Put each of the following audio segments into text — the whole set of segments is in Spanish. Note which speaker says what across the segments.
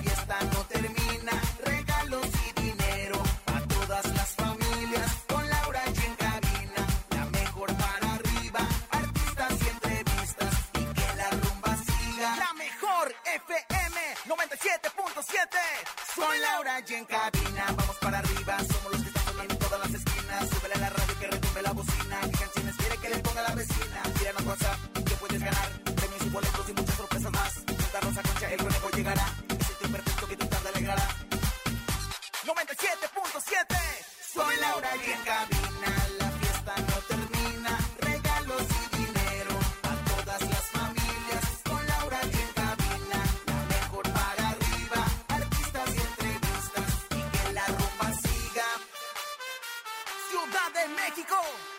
Speaker 1: fiesta no termina. Regalos y dinero a todas las familias. Con Laura y en cabina, la mejor para arriba. Artistas y entrevistas y que la rumba siga. La mejor FM 97.7. Soy Laura y en cabina, vamos para arriba. Somos los que están sonando en todas las esquinas. Súbele a la radio que retumbe la bocina. ¿Qué canciones quiere que le ponga la vecina? Tíranos WhatsApp que puedes ganar. Premios y boletos y muchas sorpresas más. Santa Rosa Concha, el conejo llegará. Es el tío perfecto que tu tarde alegrará. 97.7 Soy Laura y en cabina La fiesta no termina Regalos y dinero A todas las familias Con Laura y en cabina La mejor para arriba Artistas y entrevistas Y que la rumba siga Ciudad de México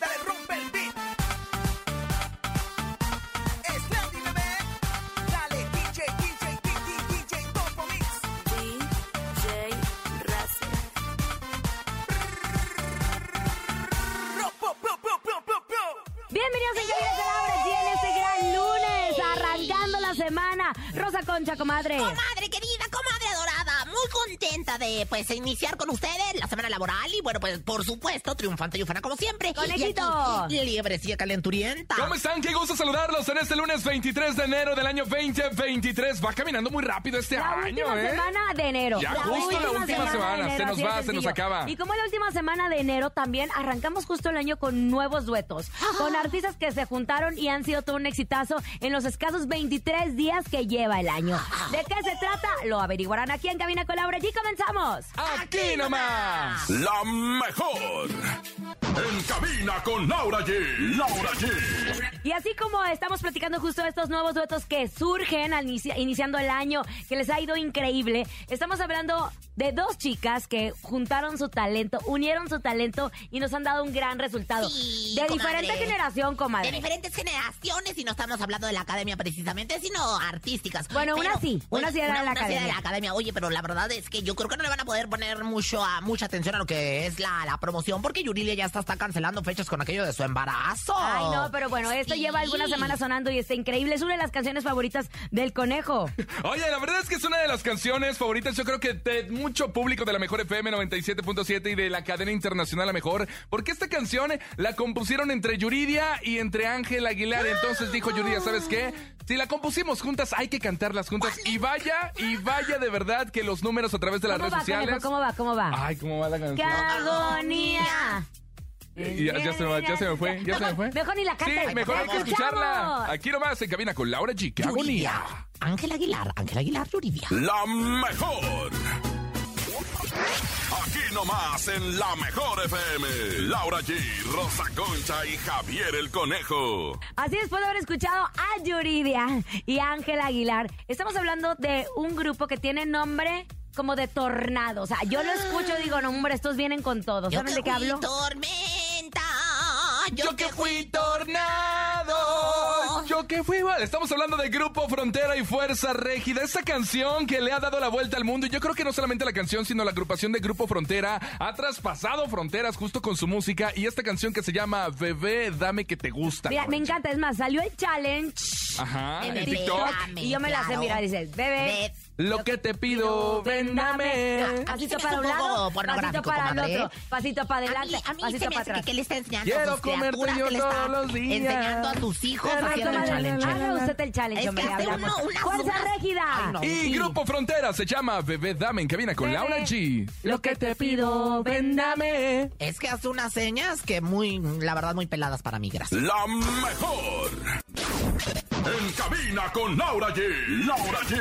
Speaker 1: dale rompe el beat. Es Landy bebé, dale DJ, DJ, DJ, DJ, Topo Mix.
Speaker 2: DJ Racer.
Speaker 1: Ro, po, po, po, po, po, po.
Speaker 3: Bienvenidos en Cabina de Laura, y en este gran lunes, arrancando la semana. Rosa Concha, comadre.
Speaker 4: Comadre querida, comadre adorada, muy contenta de pues iniciar con ustedes la semana laboral y bueno, pues por supuesto, triunfante y ufana como siempre.
Speaker 3: Conejito.
Speaker 4: Y aquí, Liebrecilla calenturienta.
Speaker 5: ¿Cómo están? Qué gusto saludarlos en este lunes 23 de enero del año 2023. Va caminando muy rápido este
Speaker 3: La
Speaker 5: año,
Speaker 3: última
Speaker 5: ¿eh?
Speaker 3: semana de enero.
Speaker 5: Ya justo la última semana.
Speaker 3: de
Speaker 5: Se nos
Speaker 3: así de
Speaker 5: va, se nos
Speaker 3: sencillo.
Speaker 5: acaba.
Speaker 3: Y como es la última semana de enero, también arrancamos justo el año con nuevos duetos. Con artistas que se juntaron y han sido todo un exitazo en los escasos 23 días que lleva el año. ¿De qué se trata? Lo averiguarán aquí en Cabina con Laura. Y comenzamos.
Speaker 5: Aquí nomás.
Speaker 6: La mejor. En cabina con Laura G. Laura G.
Speaker 3: Y así como estamos platicando justo de estos nuevos duetos que surgen al inici- iniciando el año, que les ha ido increíble, estamos hablando de dos chicas que juntaron su talento, unieron su talento y nos han dado un gran resultado.
Speaker 4: Sí,
Speaker 3: de
Speaker 4: comadre.
Speaker 3: diferente generación,
Speaker 4: De
Speaker 3: comadre.
Speaker 4: diferentes generaciones y no estamos hablando de la academia precisamente, sino artísticas. pues,
Speaker 3: Bueno, una sí, una sí era de la
Speaker 4: de
Speaker 3: academia.
Speaker 4: la academia. Oye, pero la verdad es que yo creo que no le van a poder poner mucho a, mucha atención a lo que es la, la promoción, porque Yurilia ya está, está cancelando fechas con aquello de su embarazo.
Speaker 3: Ay, no, pero bueno, esto
Speaker 4: Sí.
Speaker 3: lleva algunas semanas sonando y está increíble. Es una de las canciones favoritas del conejo.
Speaker 5: Oye, la verdad es que es una de las canciones favoritas, yo creo que de mucho público de la mejor FM 97.7 y de la cadena internacional La Mejor, porque esta canción la compusieron entre Yuridia y entre Ángel Aguilar. Entonces dijo Yuridia, ¿sabes qué? Si la compusimos juntas, hay que cantarlas juntas. Y vaya, y vaya de verdad que los números a través de las
Speaker 3: ¿Cómo
Speaker 5: redes
Speaker 3: va, conejo?
Speaker 5: sociales.
Speaker 3: ¿Cómo va? ¿Cómo va?
Speaker 5: Ay, ¿cómo va la
Speaker 3: ¡Qué
Speaker 5: canción?
Speaker 3: agonía!
Speaker 5: Y Ya, ya se me, va- ya se me fue, ya se me fue.
Speaker 3: Mejor ni la cantes.
Speaker 5: Sí, mejor hay que
Speaker 3: La
Speaker 5: escucharla.
Speaker 3: escuchamos.
Speaker 5: Aquí nomás en cabina con Laura G. ¡Qué agonía!
Speaker 4: Yuridia. Ángel Aguilar, Ángel Aguilar, Yuridia.
Speaker 6: La mejor. Aquí nomás en la mejor FM. Laura G, Rosa Concha y Javier el Conejo.
Speaker 3: Así después de haber escuchado a Yuridia y Ángel Aguilar, estamos hablando de un grupo que tiene nombre como de tornado. O sea, yo lo escucho y digo, no, hombre, estos vienen con todo.
Speaker 4: Yo
Speaker 3: ¿Saben
Speaker 4: que
Speaker 3: de qué
Speaker 4: fui
Speaker 3: hablo?
Speaker 4: Tormenta. Yo,
Speaker 5: Yo
Speaker 4: que
Speaker 5: que fui tornado. Yo que fui. Vale, Estamos hablando de Grupo Frontera y Fuerza Régida. Esta canción que le ha dado la vuelta al mundo. Y yo creo que no solamente la canción, sino la agrupación de Grupo Frontera ha traspasado fronteras justo con su música. Y esta canción que se llama Bebé, dame que te gusta.
Speaker 3: Mira, me encanta. Es más, salió el challenge
Speaker 5: Ajá,
Speaker 4: En
Speaker 5: en
Speaker 4: el
Speaker 5: TikTok.
Speaker 4: TikTok.
Speaker 3: y yo me la sé.
Speaker 4: Claro.
Speaker 3: Mira, dices, bebé.
Speaker 4: Ve-
Speaker 5: Lo que te pido, ven dame.
Speaker 4: A mí
Speaker 3: Pasito
Speaker 4: se me
Speaker 3: para
Speaker 4: hace
Speaker 3: un
Speaker 4: un
Speaker 3: lado,
Speaker 4: poco
Speaker 3: pasito
Speaker 4: pornográfico,
Speaker 3: para el
Speaker 4: comadre.
Speaker 3: otro, pasito para
Speaker 4: A
Speaker 3: adelante,
Speaker 4: mí, a mí se
Speaker 3: pasito
Speaker 4: me
Speaker 3: para
Speaker 4: hace que,
Speaker 3: atrás.
Speaker 4: que le está enseñando
Speaker 5: Quiero
Speaker 4: a sus criaturas,
Speaker 5: comerte yo
Speaker 4: que le está
Speaker 5: todos los días.
Speaker 4: enseñando a sus hijos
Speaker 5: Pero
Speaker 4: haciendo el
Speaker 5: comadre,
Speaker 4: challenge.
Speaker 3: Haga usted el challenge,
Speaker 4: Es
Speaker 3: hombre.
Speaker 4: que hace
Speaker 3: hablamos.
Speaker 4: uno unas-
Speaker 3: Fuerza
Speaker 4: unas-
Speaker 3: Régida.
Speaker 4: Ay, no.
Speaker 5: Y
Speaker 4: Sí.
Speaker 5: Grupo Frontera se llama Bebé Dame en cabina con
Speaker 3: Bebé,
Speaker 5: Laura G.
Speaker 3: lo que te pido, ven,
Speaker 5: dame.
Speaker 4: Es que hace unas señas que muy, la verdad, muy peladas para mí, gracias.
Speaker 6: La mejor. En cabina con Laura G. Laura G.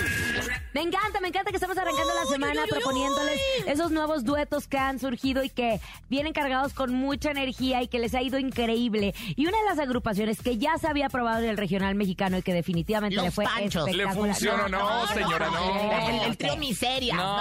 Speaker 3: Me encanta, me encanta que estamos arrancando la semana proponiéndoles esos nuevos duetos que han surgido y que vienen cargados con mucha energía y que les ha ido increíble. Y una de las agrupaciones que ya se había probado en el regional mexicano y que definitivamente
Speaker 4: Los
Speaker 3: le fue
Speaker 4: Panchos. Le
Speaker 3: espectacular.
Speaker 5: funcionó, no, señora, no.
Speaker 4: El, el
Speaker 3: ok.
Speaker 4: trío Miseria.
Speaker 5: No,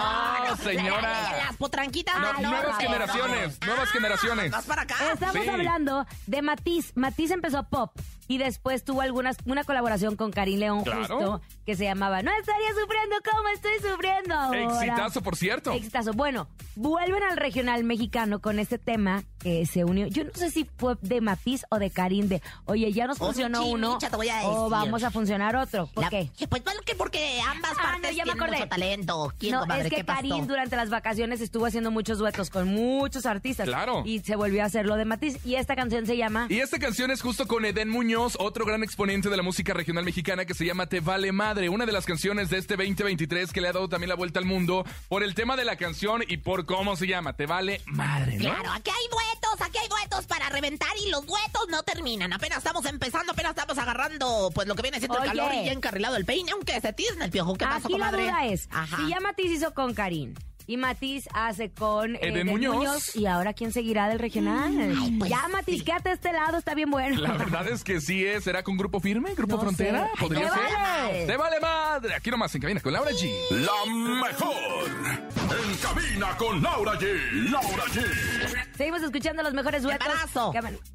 Speaker 5: señora.
Speaker 4: las potranquitas.
Speaker 5: No,
Speaker 4: Ay,
Speaker 5: nuevas
Speaker 4: no,
Speaker 5: generaciones,
Speaker 4: no.
Speaker 5: nuevas
Speaker 4: Ah,
Speaker 5: generaciones.
Speaker 4: Más para acá.
Speaker 3: Estamos
Speaker 5: Sí.
Speaker 3: hablando de Matiz. Matiz empezó pop y después tuvo algunas una colaboración con Karim León
Speaker 5: Claro.
Speaker 3: justo que se llamaba No estaría sufriendo como estoy sufriendo ahora.
Speaker 5: Exitazo, por cierto.
Speaker 3: Exitazo. Bueno, vuelven al regional mexicano con este tema que se unió. Yo no sé si fue de Matiz o de Karim de, oye, ya nos
Speaker 4: Oye,
Speaker 3: funcionó
Speaker 4: chimicha,
Speaker 3: uno
Speaker 4: te voy a
Speaker 3: o
Speaker 4: decir.
Speaker 3: vamos a funcionar otro. ¿Por
Speaker 4: La-
Speaker 3: qué?
Speaker 4: Pues bueno, que porque ambas
Speaker 3: Ah, no,
Speaker 4: partes
Speaker 3: ya me
Speaker 4: tienen
Speaker 3: acordé.
Speaker 4: mucho talento. ¿Quién,
Speaker 3: no,
Speaker 4: comadre?
Speaker 3: es que
Speaker 4: ¿Qué pasó?
Speaker 3: Karim durante las vacaciones estuvo haciendo muchos duetos con muchos artistas.
Speaker 5: Claro.
Speaker 3: Y se volvió a hacer lo de Matiz. Y esta canción se llama...
Speaker 5: Y esta canción es justo con Edén Muñoz, otro gran exponente de la música regional mexicana que se llama Te Vale Madre, una de las canciones de este 2023 que le ha dado también la vuelta al mundo por el tema de la canción y por cómo se llama, Te Vale
Speaker 3: ¿Eh?
Speaker 5: Madre. ¿no?
Speaker 4: Claro, aquí hay duetos, aquí hay duetos para reventar y los duetos no terminan. Apenas estamos empezando, apenas estamos agarrando pues lo que viene siendo
Speaker 3: Oye.
Speaker 4: el calor y ya encarrilado el peine, aunque se tizna el piojo. ¿Qué pasó,
Speaker 3: Aquí la
Speaker 4: comadre?
Speaker 3: duda es,
Speaker 4: Ajá.
Speaker 3: si ya Matiz hizo con Karim y Matiz hace con eh,
Speaker 5: Eden
Speaker 3: Eden
Speaker 5: Muñoz.
Speaker 3: y ahora quién seguirá del regional.
Speaker 4: ay, pues
Speaker 3: ya Matiz,
Speaker 4: sí.
Speaker 3: quédate a este lado, está bien bueno.
Speaker 5: La verdad es que sí es. ¿Será con Grupo Firme? ¿Grupo
Speaker 3: No
Speaker 5: Frontera?
Speaker 3: sé. Ay,
Speaker 5: ¿Podría
Speaker 3: te
Speaker 5: ser?
Speaker 3: vale madre.
Speaker 5: ¡Te vale madre! Aquí nomás en cabina con Laura G.
Speaker 6: La mejor. En cabina con Laura G. Laura G.
Speaker 3: Seguimos escuchando los mejores duetos.
Speaker 4: Embarazo.
Speaker 3: Que-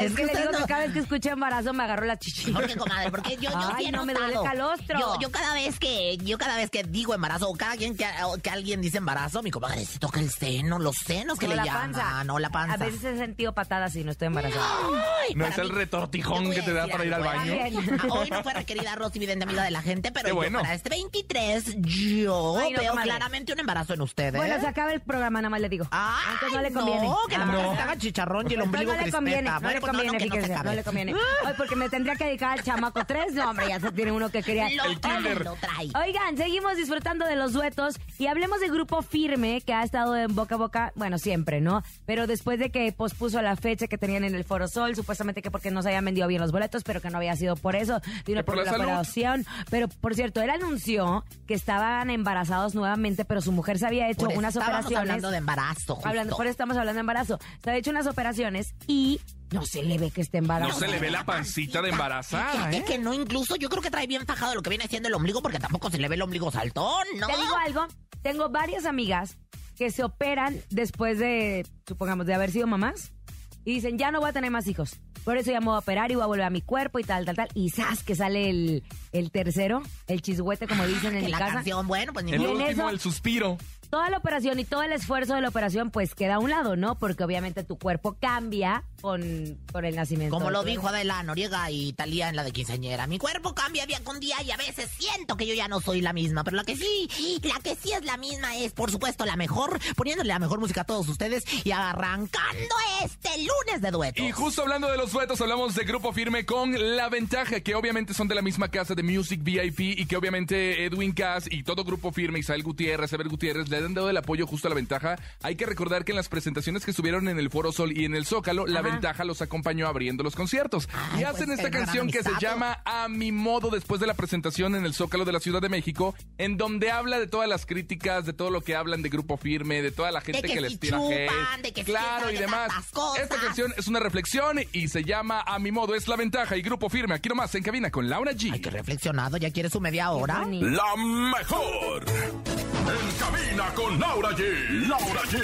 Speaker 3: Es que le
Speaker 4: ustedes
Speaker 3: digo que
Speaker 4: no-
Speaker 3: cada vez que escuché embarazo me agarró la chichi.
Speaker 4: ¿Por qué, comadre? Porque yo, yo
Speaker 3: Ay,
Speaker 4: sí he
Speaker 3: no, me duele
Speaker 4: notado.
Speaker 3: el calostro.
Speaker 4: Yo, yo cada vez que yo cada vez que digo embarazo o cada quien que, o que alguien dice embarazo, mi comadre se toca el seno, los senos que
Speaker 3: No,
Speaker 4: le
Speaker 3: la
Speaker 4: llaman,
Speaker 3: panza.
Speaker 4: no la panza.
Speaker 3: A veces he sentido patadas y no estoy embarazada.
Speaker 4: Ay,
Speaker 5: No
Speaker 4: para
Speaker 5: es el
Speaker 4: mí-
Speaker 5: retortijón
Speaker 4: Yo te
Speaker 5: que te
Speaker 4: voy a
Speaker 5: da
Speaker 4: decir
Speaker 5: para ir al
Speaker 4: algo,
Speaker 5: baño.
Speaker 4: ¿eh? Ah, Hoy no fue requerida Rosy Vidente, amiga de la gente, pero
Speaker 5: Qué
Speaker 4: yo
Speaker 5: bueno.
Speaker 4: para este 23 yo
Speaker 3: Ay, no,
Speaker 4: veo
Speaker 3: comadre.
Speaker 4: claramente un embarazo en ustedes.
Speaker 3: Bueno, se acaba el programa, nada más le digo.
Speaker 4: Ay,
Speaker 3: Entonces no le conviene.
Speaker 4: No, que la
Speaker 3: Ah,
Speaker 4: mujer
Speaker 5: no.
Speaker 4: se haga chicharrón y el
Speaker 3: Pues
Speaker 4: ombligo
Speaker 3: no le
Speaker 4: crispeta.
Speaker 3: conviene, no
Speaker 4: Bueno,
Speaker 3: le
Speaker 4: pues
Speaker 3: conviene,
Speaker 4: no, no, que no se
Speaker 3: fíjense, no,
Speaker 4: acabe.
Speaker 3: le conviene. Ay, porque me tendría que dedicar al chamaco tres, no, hombre, ya se tiene uno que quería.
Speaker 4: Lo
Speaker 5: El
Speaker 4: trae,
Speaker 5: kinder.
Speaker 4: lo trae.
Speaker 3: Oigan, seguimos disfrutando de los duetos y hablemos de Grupo Firme, que ha estado en boca a boca, bueno, siempre, ¿no? Pero después de que pospuso la fecha que tenían en el Foro Sol, supuestamente que porque no se habían vendido bien los boletos, pero que no había sido por eso, sino
Speaker 5: Que por
Speaker 3: por,
Speaker 5: la
Speaker 3: la
Speaker 5: salud.
Speaker 3: operación. Pero, por cierto, él anunció que estaban embarazados nuevamente, pero su mujer se había hecho
Speaker 4: Por eso
Speaker 3: unas
Speaker 4: estábamos
Speaker 3: operaciones.
Speaker 4: hablando de embarazo, justo.
Speaker 3: ¿eh? Hablando, por eso estamos hablando de embarazo. Se ha hecho unas operaciones y no se le ve que esté embarazada.
Speaker 5: No se le ve la pancita de embarazada,
Speaker 4: Es
Speaker 5: ¿eh?
Speaker 4: que no, incluso yo creo que trae bien fajado lo que viene siendo el ombligo porque tampoco se le ve el ombligo saltón, ¿no?
Speaker 3: Te digo algo, tengo varias amigas que se operan después de, supongamos, de haber sido mamás y dicen, ya no voy a tener más hijos. Por eso ya me voy a operar y voy a volver a mi cuerpo y tal, tal, tal. Y ¡zas! que sale el, el tercero, el chisguete, como dicen en
Speaker 4: Ah, que
Speaker 3: mi
Speaker 4: la
Speaker 3: casa.
Speaker 4: canción, bueno, pues ni
Speaker 5: El
Speaker 3: Y en
Speaker 4: modo.
Speaker 5: último,
Speaker 3: eso-
Speaker 5: el suspiro.
Speaker 3: Toda la operación y todo el esfuerzo de la operación, pues queda a un lado, ¿no? Porque obviamente tu cuerpo cambia con, con el nacimiento.
Speaker 4: Como
Speaker 3: de
Speaker 4: lo
Speaker 3: tu
Speaker 4: dijo Adela Noriega y Talía en la de quinceañera. Mi cuerpo cambia día con día y a veces siento que yo ya no soy la misma. Pero la que sí, la que sí es la misma es, por supuesto, la mejor. Poniéndole la mejor música a todos ustedes y arrancando este lunes de dueto.
Speaker 5: Y justo hablando de los duetos, hablamos de Grupo Firme con La Ventaja, que obviamente son de la misma casa de Music VIP y que obviamente Edwin Cass y todo Grupo Firme, Isabel Gutiérrez, Ever Gutiérrez, le han dado el apoyo justo a La Ventaja. Hay que recordar que en las presentaciones que estuvieron en el Foro Sol y en el Zócalo, La Ventaja los acompañó abriendo los conciertos.
Speaker 4: Ay,
Speaker 5: y
Speaker 4: pues,
Speaker 5: hacen esta
Speaker 4: qué gran
Speaker 5: canción que se
Speaker 4: amistad.
Speaker 5: llama A Mi Modo después de la presentación en el Zócalo de la Ciudad de México, en donde habla de todas las críticas, de todo lo que hablan de Grupo Firme, de toda la gente
Speaker 4: que
Speaker 5: que,
Speaker 4: si
Speaker 5: les tira
Speaker 4: chupan,
Speaker 5: hate.
Speaker 4: de que si
Speaker 5: claro
Speaker 4: saben
Speaker 5: y
Speaker 4: de
Speaker 5: demás.
Speaker 4: tantas cosas.
Speaker 5: Esta canción es una reflexión y se llama A mi modo es la ventaja y grupo firme. Aquí nomás en cabina con Laura G.
Speaker 4: Ay, qué reflexionado, ya quiere su media hora.
Speaker 3: Bonnie.
Speaker 6: La mejor. En cabina con Laura G. Laura G.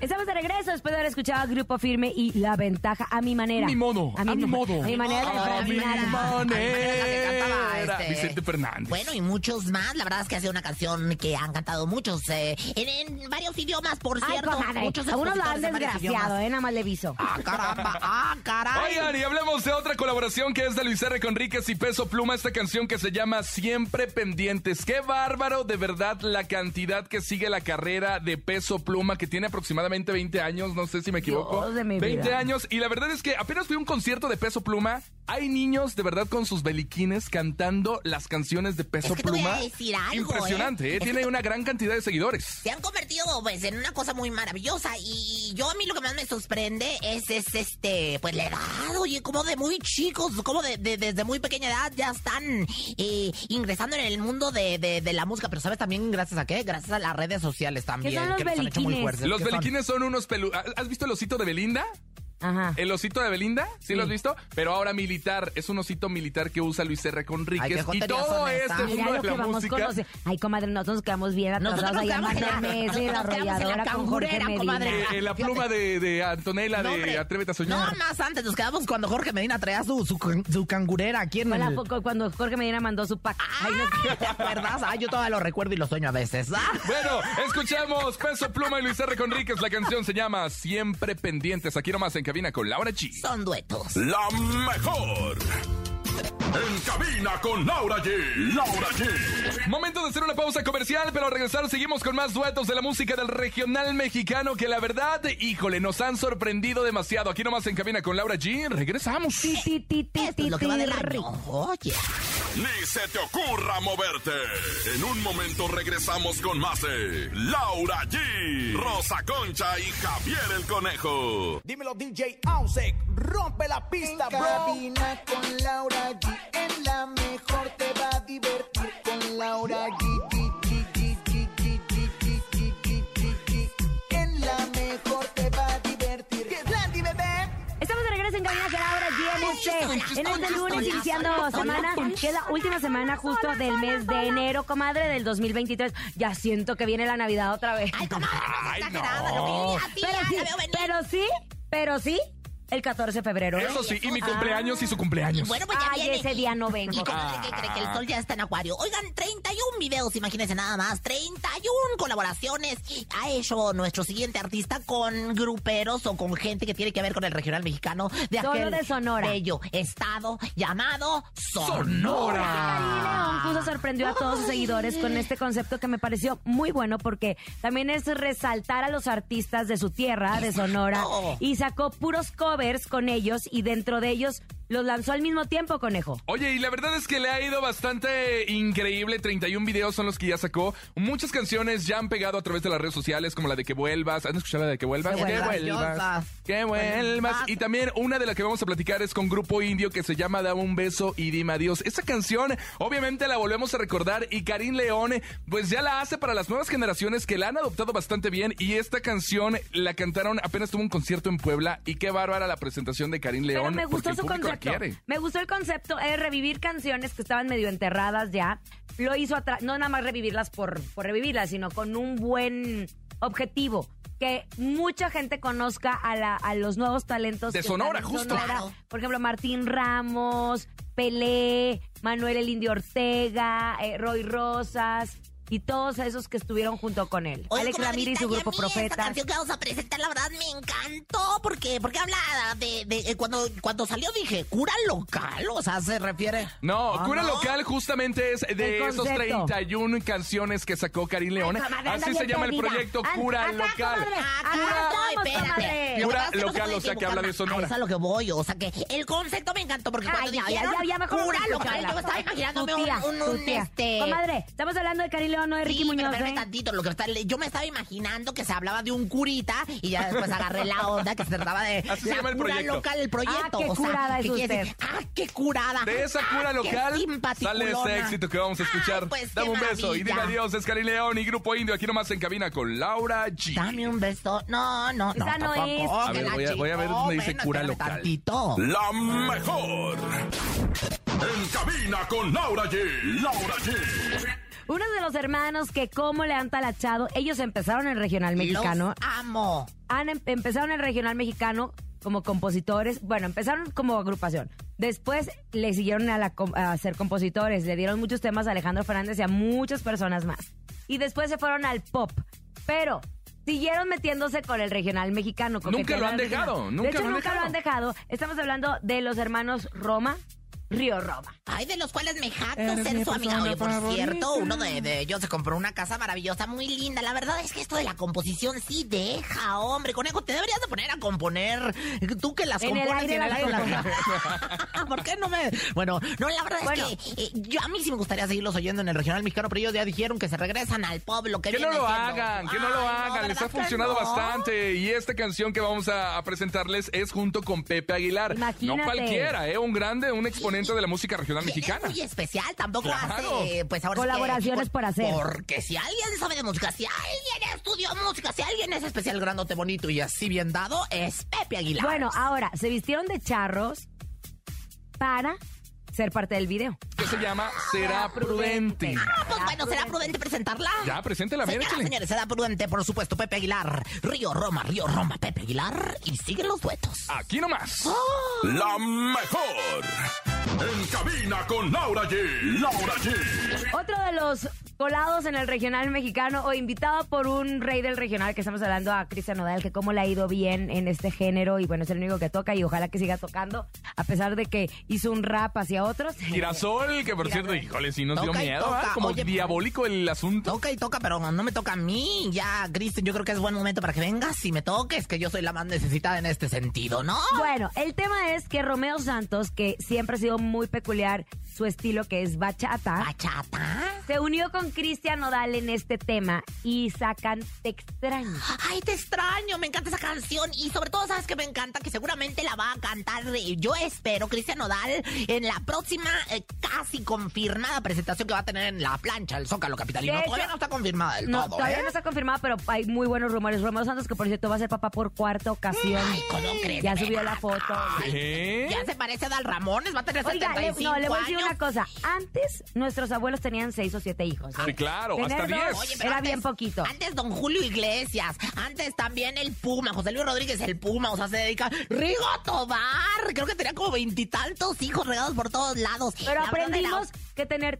Speaker 3: Estamos de regreso después de haber escuchado a Grupo Firme y la ventaja a mi manera.
Speaker 5: Mi modo, a mi
Speaker 3: ma-
Speaker 5: modo.
Speaker 3: A mi manera de
Speaker 4: A mi
Speaker 3: frenar.
Speaker 4: manera. Ay,
Speaker 5: manera.
Speaker 4: cantaba, este-
Speaker 5: Vicente Fernández.
Speaker 4: Bueno, y muchos más. La verdad es que ha sido una canción que han cantado muchos eh, en, en varios idiomas, por
Speaker 3: Ay,
Speaker 4: cierto.
Speaker 3: comadre.
Speaker 4: muchos
Speaker 3: A uno lo han
Speaker 4: expositores en varios
Speaker 3: desgraciado,
Speaker 4: idiomas.
Speaker 3: ¿eh? Nada más le aviso.
Speaker 4: Ah, caramba, ah, caray.
Speaker 5: Oigan, y hablemos de otra colaboración que es de Luis R. Conríquez y Peso Pluma, esta canción que se llama Siempre Pendientes. Qué bárbaro, de verdad, la cantidad que sigue la carrera de Peso Pluma, que tiene aproximadamente 20 años, no sé si me equivoco.
Speaker 3: Dios de mi
Speaker 5: 20
Speaker 3: vida.
Speaker 5: años. Y la verdad es que apenas fui a un concierto de peso pluma. Hay niños de verdad con sus beliquines cantando las canciones de peso
Speaker 4: que te voy a
Speaker 5: pluma.
Speaker 4: decir algo,
Speaker 5: Impresionante,
Speaker 4: ¿eh?
Speaker 5: ¿eh?
Speaker 4: Es
Speaker 5: tiene
Speaker 4: que-
Speaker 5: una gran cantidad de seguidores.
Speaker 4: se han convertido pues en una cosa muy maravillosa y, y yo a mí lo que más me sorprende es, es este pues la edad oye como de muy chicos como de, de- desde muy pequeña edad ya están eh, ingresando en el mundo de, de- de la música pero sabes también gracias a qué gracias a las redes sociales también
Speaker 3: son los
Speaker 4: que nos han hecho muy
Speaker 3: beliquines?
Speaker 4: fuertes
Speaker 5: Los
Speaker 4: ¿Qué son?
Speaker 5: beliquines son unos pelu... ¿Has visto el osito de Belinda?
Speaker 3: Ajá.
Speaker 5: El osito de Belinda, ¿sí, lo has
Speaker 3: Ah. Sí.
Speaker 5: visto? Pero ahora militar, es un osito militar que usa Luis R.
Speaker 4: Ay, qué
Speaker 5: Conríquez. y
Speaker 4: jotería
Speaker 5: todo
Speaker 4: son
Speaker 5: este
Speaker 4: estas.
Speaker 5: mundo
Speaker 3: ¿ah? Mira lo
Speaker 5: de
Speaker 3: que
Speaker 5: la
Speaker 3: vamos con
Speaker 5: música.
Speaker 3: los... Ay, comadre, nosotros nos quedamos bien
Speaker 4: Nosotros
Speaker 3: atrasados
Speaker 4: nos
Speaker 3: allá
Speaker 4: quedamos en la-
Speaker 3: Manuel Mesa y la
Speaker 4: nosotros nos quedamos en la
Speaker 3: arrolladora con Jorge
Speaker 4: cangurera, comadre.
Speaker 3: Medina.
Speaker 5: Eh, eh, la pluma de, de Antonella
Speaker 4: No,
Speaker 5: de
Speaker 4: hombre.
Speaker 5: Atrévete a soñar.
Speaker 4: No, más antes nos quedamos cuando Jorge Medina traía su, su, can- su cangurera aquí en
Speaker 3: Fue la
Speaker 4: el...
Speaker 3: foco- Cuando Jorge Medina mandó su
Speaker 4: Ah,
Speaker 3: pack. Ay, no sé.
Speaker 4: ¿Te acuerdas? Ah, yo todavía lo recuerdo y lo sueño a veces. Ah.
Speaker 5: Bueno, escuchamos Peso Pluma y Luis R. Conríquez. La canción se llama Siempre Pendientes. Aquí nomás en cabina con Laura G.
Speaker 4: Son duetos.
Speaker 6: La mejor. En cabina con Laura G. Laura G.
Speaker 5: Momento de hacer una pausa comercial, pero al regresar seguimos con más duetos de la música del regional mexicano que la verdad, híjole, nos han sorprendido demasiado. Aquí nomás en cabina con Laura G. Regresamos.
Speaker 3: Ti, ti, ti, ti,
Speaker 4: Esto es lo que
Speaker 3: ti,
Speaker 4: va del
Speaker 3: ti,
Speaker 4: año.
Speaker 3: rico.
Speaker 4: Oye.
Speaker 6: Ni se te ocurra moverte. En un momento regresamos con más de Laura G. Rosa Concha y Javier el Conejo.
Speaker 7: Dímelo DJ Ausek, rompe la pista,
Speaker 8: En
Speaker 7: bro.
Speaker 8: cabina con Laura G. En la mejor te va a divertir con Laura G. G, G, G, G, G, G, G, G, G, G, G. En la mejor te va a divertir. ¡Qué Landy, bebé!
Speaker 3: Estamos de regreso en cabina con Laura
Speaker 4: Ay,
Speaker 3: GMC.
Speaker 4: chistón,
Speaker 3: En este
Speaker 4: chistón,
Speaker 3: lunes
Speaker 4: chistón,
Speaker 3: iniciando
Speaker 4: chistón,
Speaker 3: semana, que es la última semana justo del mes de enero, comadre, del 2023. Ya siento que viene la Navidad otra vez.
Speaker 4: Ay, comadre, no
Speaker 5: Ay,
Speaker 4: seas exagerada. Lo que yo dije a ti,
Speaker 3: Pero
Speaker 4: ya
Speaker 3: sí,
Speaker 4: la veo venir.
Speaker 3: pero sí, pero sí, el 14 de febrero. ¿eh?
Speaker 5: Eso sí, y mi cumpleaños y su cumpleaños.
Speaker 4: Bueno, pues ya
Speaker 3: Ay,
Speaker 4: viene.
Speaker 3: ese Ah. día no vengo.
Speaker 4: ¿Y comadre, qué cree que el sol ya está en acuario? Oigan, 31 videos, imagínense nada más. 31 colaboraciones ha hecho nuestro siguiente artista con gruperos o con gente que tiene que ver con el regional mexicano de
Speaker 3: Solo
Speaker 4: aquel
Speaker 3: de Sonora.
Speaker 4: bello estado llamado
Speaker 3: León
Speaker 5: Sonora.
Speaker 3: Puso sorprendió a todos sus seguidores con este concepto que me pareció muy bueno porque también es resaltar a los artistas de su tierra, de Sonora, y sacó puros covers con ellos y dentro de ellos los lanzó al mismo tiempo, conejo.
Speaker 5: Oye, y la verdad es que le ha ido bastante increíble. 31 videos son los que ya sacó. Muchas canciones ya han pegado a través de las redes sociales, como la de Que Vuelvas. ¿Han escuchado la de Que Vuelvas?
Speaker 3: Que vuelvas.
Speaker 5: Que Vuelvas. Y también una de las que vamos a platicar es con grupo indio que se llama Dame un beso y dime adiós. Esta canción, obviamente, la volvemos a recordar. Y Karim León, pues ya la hace para las nuevas generaciones que la han adoptado bastante bien. Y esta canción la cantaron apenas tuvo un concierto en Puebla. Y qué bárbara la presentación de Karim León.
Speaker 3: Pero me
Speaker 5: porque
Speaker 3: gustó
Speaker 5: el
Speaker 3: su
Speaker 5: público la
Speaker 3: concepto.
Speaker 5: quiere.
Speaker 3: Me gustó el concepto es revivir canciones que estaban medio enterradas ya. Lo hizo atrás, no nada más revivirlas por, por revivirlas, sino con un buen objetivo. Que mucha gente conozca a, la- a los nuevos talentos.
Speaker 5: De
Speaker 3: que están
Speaker 5: Sonora,
Speaker 3: en
Speaker 5: justo.
Speaker 4: Claro.
Speaker 3: Por ejemplo, Martín Ramos, Pelé, Manuel El Indio Ortega, eh, Roy Rosas y todos esos que estuvieron junto con él.
Speaker 4: Oye,
Speaker 3: Alex
Speaker 4: comadrita,
Speaker 3: Ramírez y su
Speaker 4: a
Speaker 3: grupo
Speaker 4: mí Esta
Speaker 3: Profetas.
Speaker 4: canción que vamos a presentar, la verdad, me encantó porque, porque habla de, de- eh, cuando, cuando salió dije, cura local, o sea, se refiere.
Speaker 5: No,
Speaker 4: Ah,
Speaker 5: Cura
Speaker 4: no.
Speaker 5: Local justamente es
Speaker 3: El
Speaker 5: de esos
Speaker 3: concepto.
Speaker 5: 31 canciones que sacó Karim León.
Speaker 3: Comadre, anda
Speaker 5: Así se
Speaker 3: bien
Speaker 5: llama el
Speaker 3: perdida.
Speaker 5: proyecto
Speaker 3: An-
Speaker 5: Cura
Speaker 3: acá,
Speaker 5: Local.
Speaker 3: comadre,
Speaker 4: Acá
Speaker 3: acá
Speaker 4: estoy,
Speaker 3: estamos,
Speaker 4: Ah, espérate.
Speaker 3: Ah, comadre.
Speaker 4: Lo que
Speaker 5: Cura
Speaker 4: pasa es que no se
Speaker 5: local,
Speaker 4: puede
Speaker 5: o sea, que
Speaker 4: equivocar,
Speaker 5: habla de
Speaker 4: ma-
Speaker 5: Sonora.
Speaker 4: a Eso es a lo que voy, o sea, que el concepto me encantó porque cuando
Speaker 3: Ay, ya,
Speaker 4: dijeron
Speaker 3: ya, ya, mejor
Speaker 4: cura
Speaker 3: vamos a
Speaker 4: local,
Speaker 3: escucharla.
Speaker 4: yo estaba imaginándome
Speaker 3: Tu
Speaker 4: un,
Speaker 3: tía,
Speaker 4: un,
Speaker 3: tu
Speaker 4: un,
Speaker 3: tía.
Speaker 4: este...
Speaker 3: Comadre, estamos hablando de Karim León, no de Ricky
Speaker 4: sí,
Speaker 3: Muñoz.
Speaker 4: pero espérame
Speaker 3: ¿eh?
Speaker 4: tantito, lo que está, yo me estaba imaginando que se hablaba de un curita y ya después agarré la onda que se trataba de
Speaker 5: Así se
Speaker 4: la
Speaker 5: llama el
Speaker 4: cura
Speaker 5: proyecto.
Speaker 4: local, el proyecto.
Speaker 3: Ah, qué
Speaker 4: o sea,
Speaker 3: curada es
Speaker 4: que quiere decir,
Speaker 3: usted.
Speaker 4: ah, qué curada.
Speaker 5: De esa cura
Speaker 4: Ah, qué
Speaker 5: local sale este
Speaker 4: simpaticulona.
Speaker 5: éxito que vamos a escuchar.
Speaker 4: Ay, pues,
Speaker 5: Dame
Speaker 4: qué
Speaker 5: un beso y dime
Speaker 4: maravilla.
Speaker 5: adiós. Es Karim León y Grupo Indio. Aquí nomás en cabina con Laura G.
Speaker 4: Dame un beso. No, no, no.
Speaker 3: Esa no
Speaker 4: tampoco,
Speaker 3: es.
Speaker 5: A
Speaker 4: que
Speaker 5: ver,
Speaker 4: la
Speaker 5: voy a- voy a ver
Speaker 4: chingó,
Speaker 5: dónde dice
Speaker 4: bueno,
Speaker 5: cura
Speaker 4: espérame
Speaker 5: local.
Speaker 4: Tantito.
Speaker 6: La mejor. En cabina con Laura G. Laura G.
Speaker 3: Uno de los hermanos que cómo le han talachado, ellos empezaron en el regional mexicano.
Speaker 4: Los amo.
Speaker 3: Han em- empezaron en el regional mexicano como compositores. Bueno, empezaron como agrupación. Después le siguieron a, la com- a ser compositores. Le dieron muchos temas a Alejandro Fernández y a muchas personas más. Y después se fueron al pop. Pero siguieron metiéndose con el regional mexicano.
Speaker 5: Nunca lo
Speaker 3: coqueteando
Speaker 5: han
Speaker 3: al
Speaker 5: dejado,
Speaker 3: regional.
Speaker 5: nunca
Speaker 3: de hecho,
Speaker 5: lo han
Speaker 3: nunca lo han dejado. Estamos hablando de los hermanos Roma Río Roma.
Speaker 4: Ay, de los cuales me jacto
Speaker 9: Eres
Speaker 4: ser
Speaker 9: mi
Speaker 4: su amiga.
Speaker 9: persona
Speaker 4: Oye, por
Speaker 9: favorita.
Speaker 4: cierto, uno de, de ellos se compró una casa maravillosa, muy linda. La verdad es que esto de la composición sí deja, hombre. Conejo, te deberías de poner a componer. Tú que las
Speaker 3: En el
Speaker 4: compones y
Speaker 3: aire
Speaker 4: en el
Speaker 3: las
Speaker 4: aire las- ¿Por qué no me...? Bueno, no, la verdad
Speaker 3: Bueno.
Speaker 4: es que eh, yo a mí sí me gustaría seguirlos oyendo en el regional mexicano, pero ellos ya dijeron que se regresan al pueblo. Que,
Speaker 5: Que no
Speaker 4: viene
Speaker 5: lo
Speaker 4: siendo-
Speaker 5: hagan, que no lo
Speaker 4: Ay,
Speaker 5: hagan, les ha
Speaker 4: ¿verdad que
Speaker 5: funcionado
Speaker 4: no?
Speaker 5: bastante. Y esta canción que vamos a, a presentarles es junto con Pepe Aguilar.
Speaker 3: Imagínate.
Speaker 5: No cualquiera, ¿eh? un grande, un exponente de la música regional
Speaker 4: Y
Speaker 5: mexicana.
Speaker 4: Es muy especial, tampoco
Speaker 5: Claro.
Speaker 4: hace pues ahora sí que-
Speaker 3: Colaboraciones por hacer.
Speaker 4: Porque si alguien sabe de música, si alguien estudió música, si alguien es especial grandote bonito y así bien dado, es Pepe Aguilar.
Speaker 3: Bueno, ahora, se vistieron de charros para ser parte del video.
Speaker 5: Que se llama Será Prudente.
Speaker 4: Ah, pues bueno, será prudente presentarla.
Speaker 5: Ya, preséntela, bien,
Speaker 4: Señoras,
Speaker 5: échale.
Speaker 4: señores, será prudente, por supuesto, Pepe Aguilar. Río Roma, Río Roma, Pepe Aguilar. Y siguen los duetos.
Speaker 5: Aquí nomás.
Speaker 4: Oh.
Speaker 6: La mejor. En cabina con Laura G. Laura G.
Speaker 3: Otro de los colados en el regional mexicano o invitado por un rey del regional que estamos hablando a Cristian Nodal, que cómo le ha ido bien en este género y bueno, es el único que toca y ojalá que siga tocando a pesar de que hizo un rap hacia otros.
Speaker 5: Girasol, que por cierto, híjole, sí nos dio
Speaker 4: Toca y
Speaker 5: miedo,
Speaker 4: toca.
Speaker 5: ¿ah? Como
Speaker 4: Oye,
Speaker 5: diabólico el asunto.
Speaker 4: Toca y toca, pero no me toca a mí. Ya, Cristian, yo creo que es buen momento para que vengas y me toques, que yo soy la más necesitada en este sentido, ¿no?
Speaker 3: Bueno, el tema es que Romeo Santos, que siempre ha sido muy peculiar su estilo que es bachata,
Speaker 4: Bachata.
Speaker 3: se unió con Cristian Nodal en este tema y sacan Te extraño.
Speaker 4: Ay, te extraño, me encanta esa canción y sobre todo sabes que me encanta que seguramente la va a cantar, eh, yo espero, Cristian Nodal en la próxima eh, casi confirmada presentación que va a tener en la plancha, el Zócalo Capitalino.
Speaker 3: De hecho-
Speaker 4: Todavía no está confirmada del
Speaker 3: No,
Speaker 4: todo,
Speaker 3: todavía
Speaker 4: ¿eh?
Speaker 3: no está confirmado, pero hay muy buenos rumores. Romeo Santos, que por cierto va a ser papá por cuarta ocasión.
Speaker 4: Ay, ¿cómo crees?
Speaker 3: Ya subió la foto.
Speaker 5: ¿Eh?
Speaker 4: Ya se parece a Dal Ramones, va a tener
Speaker 3: Oiga, le-
Speaker 4: 75
Speaker 3: no, le voy a decir
Speaker 4: años.
Speaker 3: una cosa. Antes, nuestros abuelos tenían seis o siete hijos. ¿eh?
Speaker 5: Sí, claro,
Speaker 3: Tener
Speaker 5: hasta
Speaker 3: dos,
Speaker 5: 10.
Speaker 3: oye,
Speaker 4: Oye, pero
Speaker 3: Era bien poquito.
Speaker 4: Antes don Julio Iglesias, antes también el Puma, José Luis Rodríguez el Puma, o sea, se dedica Rigo Tobar, creo que tenía como veintitantos hijos regados por todos lados.
Speaker 3: Pero
Speaker 4: La verdad era-
Speaker 3: aprendimos que tener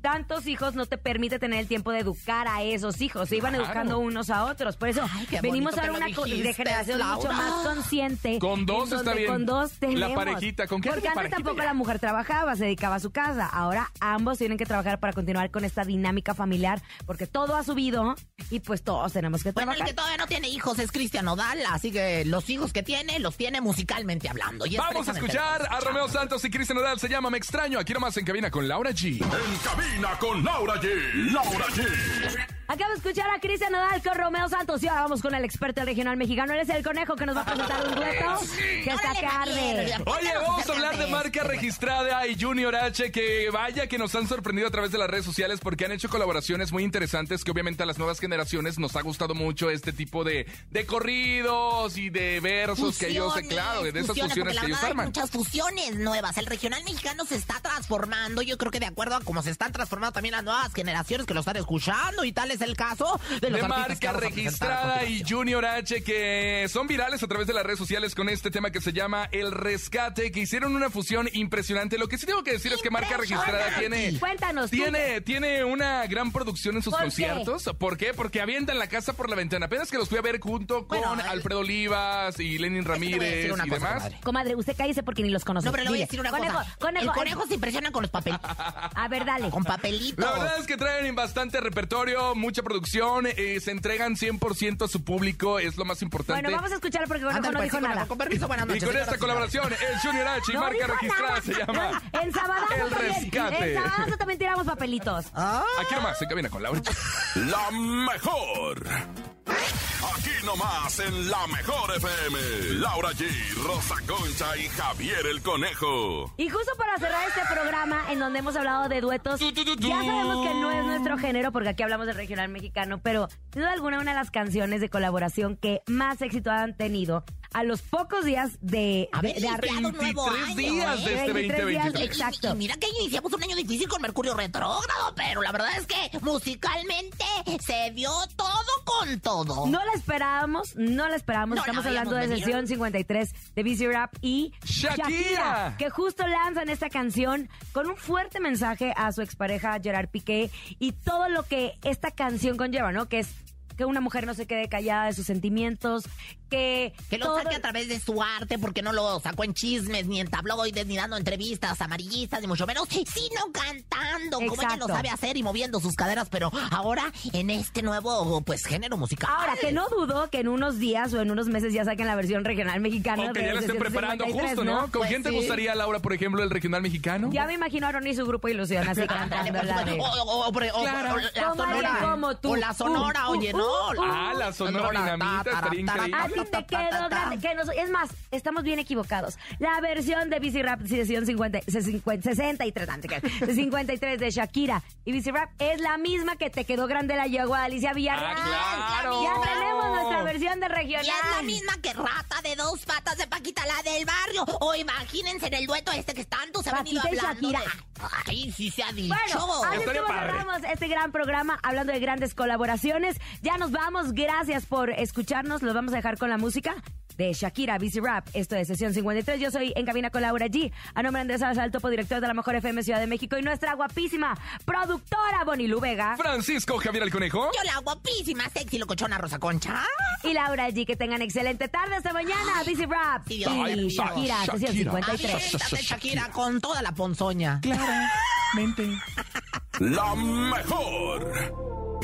Speaker 3: tantos hijos no te permite tener el tiempo de educar a esos hijos. Se iban
Speaker 5: Claro.
Speaker 3: educando unos a otros. Por eso
Speaker 4: Ay, qué
Speaker 3: venimos
Speaker 4: bonito
Speaker 3: a
Speaker 4: que lo
Speaker 3: una co-
Speaker 4: dijiste,
Speaker 3: de generación mucho
Speaker 4: Laura.
Speaker 3: más consciente.
Speaker 5: Con dos
Speaker 3: en
Speaker 5: está
Speaker 3: donde
Speaker 5: bien.
Speaker 3: Con dos
Speaker 5: La
Speaker 3: tenemos.
Speaker 5: parejita, ¿con qué
Speaker 3: Porque
Speaker 5: la
Speaker 3: antes
Speaker 5: parejita
Speaker 3: tampoco
Speaker 5: ya?
Speaker 3: la mujer trabajaba, se dedicaba a su casa. Ahora ambos tienen que trabajar para continuar con esta dinámica familiar porque todo ha subido y pues todos tenemos que
Speaker 4: Bueno, el
Speaker 3: trabajar.
Speaker 4: que todavía no tiene hijos es Cristian Odal, así que los hijos que tiene, los tiene musicalmente hablando. Y es
Speaker 5: Vamos a
Speaker 4: precisamente lo
Speaker 5: escuchar
Speaker 4: que
Speaker 5: a Romeo Santos y Cristian Nodal. Se llama Me Extraño. Aquí nomás en cabina con Laura G.
Speaker 6: En cabina con Laura G. Laura G.
Speaker 3: Acabo de escuchar a Cristian Nadal con Romeo Santos y ahora vamos con el experto del regional mexicano. Él es el conejo que nos va a presentar un dueto que está
Speaker 4: Órale,
Speaker 3: tarde.
Speaker 4: Javier,
Speaker 5: Oye,
Speaker 4: cuéntanos
Speaker 5: vamos a
Speaker 4: acerca
Speaker 5: hablar de
Speaker 4: de
Speaker 5: marca
Speaker 4: esto.
Speaker 5: registrada y Junior H, que vaya que nos han sorprendido a través de las redes sociales porque han hecho colaboraciones muy interesantes que obviamente a las nuevas generaciones nos ha gustado mucho este tipo de, de corridos y de versos que ellos, eh,
Speaker 4: Fusiones,
Speaker 5: claro, de esas
Speaker 4: fusiones, porque
Speaker 5: fusiones
Speaker 4: la
Speaker 5: que ellos
Speaker 4: verdad hay
Speaker 5: arman.
Speaker 4: muchas fusiones nuevas. El regional mexicano se está transformando. Yo creo que de acuerdo a cómo se están transformando también las nuevas generaciones que lo están escuchando y tal es el caso de los
Speaker 5: de
Speaker 4: artistas que
Speaker 5: marca
Speaker 4: vamos a presentar a
Speaker 5: registrada y
Speaker 4: continuación.
Speaker 5: Junior H que son virales a través de las redes sociales con este tema que se llama El Rescate, que hicieron una fusión impresionante. Lo que sí tengo que decir es que marca registrada tiene
Speaker 3: Cuéntanos, tú.
Speaker 5: tiene tiene una gran producción en sus
Speaker 3: ¿Por qué?
Speaker 5: conciertos. ¿Por qué? Porque avientan la casa por la ventana. Apenas que los fui a ver junto con
Speaker 4: Bueno, el-
Speaker 5: Alfredo Olivas y Lenin
Speaker 4: Es que te voy a decir
Speaker 5: Ramírez
Speaker 4: una
Speaker 5: y
Speaker 4: cosa,
Speaker 5: demás.
Speaker 4: comadre.
Speaker 3: Comadre, usted cállese porque ni los conoce.
Speaker 4: No, pero le voy
Speaker 3: Dile,
Speaker 4: a decir una
Speaker 3: conejo,
Speaker 4: cosa.
Speaker 3: Conejo, eh,
Speaker 4: el conejo se impresiona con los papeles.
Speaker 3: A ver, dale.
Speaker 4: con papelitos.
Speaker 5: La verdad es que traen bastante repertorio, mucha producción, eh, se entregan 100% a su público, es lo más importante.
Speaker 3: Bueno, vamos a escuchar porque conejo
Speaker 4: Ándale,
Speaker 3: no
Speaker 4: pues,
Speaker 3: dijo
Speaker 4: sí, bueno,
Speaker 3: nada.
Speaker 4: Con permiso, buenas
Speaker 5: Y
Speaker 4: noches.
Speaker 5: con
Speaker 4: señoras
Speaker 5: esta
Speaker 4: y señores.
Speaker 5: colaboración, el Junior H y
Speaker 3: No
Speaker 5: marca
Speaker 3: dijo
Speaker 5: registrada
Speaker 3: nada.
Speaker 5: se llama
Speaker 3: En Sabadazo
Speaker 5: El
Speaker 3: también-
Speaker 5: Rescate.
Speaker 3: En Sabadazo también tiramos papelitos.
Speaker 4: Ah.
Speaker 5: Aquí nomás, se cabina con Laura.
Speaker 6: La mejor. Aquí nomás en la mejor FM. Laura G, Rosa Concha y Javier el Conejo.
Speaker 3: Y justo para cerrar este programa en donde hemos hablado de duetos,
Speaker 5: Tu, tu, tu, tu.
Speaker 3: ya sabemos que no es nuestro género porque aquí hablamos del regional mexicano, pero sin duda alguna una de las canciones de colaboración que más éxito han tenido a los pocos días de, de,
Speaker 4: Haber
Speaker 3: de ar-
Speaker 4: limpiado un nuevo
Speaker 5: 23
Speaker 4: año,
Speaker 5: días
Speaker 4: ¿eh?
Speaker 5: de este
Speaker 3: 23 días.
Speaker 5: 2023.
Speaker 3: Exacto.
Speaker 4: Y, y mira que iniciamos un año difícil con Mercurio retrógrado, pero la verdad es que musicalmente se dio todo con todo.
Speaker 3: No la esperábamos, no la esperábamos.
Speaker 4: No la
Speaker 3: Estamos
Speaker 4: habíamos
Speaker 3: hablando de
Speaker 4: venido.
Speaker 3: sesión 53 de Busy Rap y
Speaker 5: Shakira.
Speaker 3: que justo lanzan esta canción con un fuerte mensaje a su expareja Gerard Piqué y todo lo que esta canción conlleva, ¿no? Que es que una mujer no se quede callada de sus sentimientos, que...
Speaker 4: Que lo
Speaker 3: todo-
Speaker 4: saque a través de su arte, porque no lo sacó en chismes, ni en tabloides, ni dando entrevistas amarillistas, ni mucho menos, sino cantando, como ella lo
Speaker 3: Exacto.
Speaker 4: sabe hacer y moviendo sus caderas, pero ahora en este nuevo, pues, género musical.
Speaker 3: Ahora, que no dudo que en unos días o en unos meses ya saquen la versión regional mexicana.
Speaker 5: O que
Speaker 3: de
Speaker 5: ya la estén preparando
Speaker 3: 753,
Speaker 5: justo, ¿no? ¿Con
Speaker 4: Pues
Speaker 5: quién te
Speaker 4: sí.
Speaker 5: gustaría, Laura, por ejemplo, el regional mexicano?
Speaker 3: Ya me imagino a Ron y su grupo Ilusión así
Speaker 4: Ándale, pues,
Speaker 3: cantando
Speaker 4: por
Speaker 3: la de...
Speaker 4: supuesto. O- o- o- por- o-
Speaker 5: Claro.
Speaker 4: o la
Speaker 3: Comadre,
Speaker 4: sonora.
Speaker 3: como tú.
Speaker 4: O la sonora,
Speaker 3: Uh, uh,
Speaker 4: oye,
Speaker 3: uh, uh.
Speaker 4: no.
Speaker 5: Ah, la Sonora Dinamita
Speaker 4: ta,
Speaker 5: estaría
Speaker 4: ta, ta,
Speaker 5: increíble.
Speaker 4: ta,
Speaker 3: A ti
Speaker 4: ta,
Speaker 3: te
Speaker 4: ta, ta,
Speaker 3: quedó
Speaker 4: ta.
Speaker 3: grande. Que nos- es más, estamos bien equivocados. La versión de BC Rap sesión 50, se- 50, 63, antes que- 53 de Shakira y BC Rap es la misma que te quedó grande la yegua de Alicia Villarreal.
Speaker 5: Ah, claro.
Speaker 3: Ya tenemos nuestra versión de regional.
Speaker 4: Y es la misma que rata de dos patas de Paquita, la del barrio. O imagínense en el dueto este que tanto se ha venido
Speaker 3: Paquita y
Speaker 4: hablando. de-
Speaker 3: Shakira.
Speaker 4: Ay, sí se ha dicho.
Speaker 3: Bueno, así
Speaker 5: Estaría
Speaker 3: estuvo,
Speaker 5: padre.
Speaker 3: cerramos este gran programa hablando de grandes colaboraciones. Ya nos vamos, gracias por escucharnos. Los vamos a dejar con la música de Shakira, BC Rap. Esto es Sesión 53. Yo soy En Cabina con Laura G. A nombre de Andrés Salazar, el topo director de la Mejor FM Ciudad de México y nuestra guapísima productora Bonilú Vega
Speaker 5: Francisco Javier el Conejo.
Speaker 4: Yo la guapísima, sexy, locochona, Rosa Concha.
Speaker 3: y Laura G. Que tengan excelente tarde esta mañana. BC Rap
Speaker 4: Sí,
Speaker 3: y
Speaker 4: Dios mío.
Speaker 3: Shakira, Sesión
Speaker 5: Shakira.
Speaker 3: 53.
Speaker 4: Aviéntate, Shakira, con toda la ponzoña.
Speaker 6: La mejor.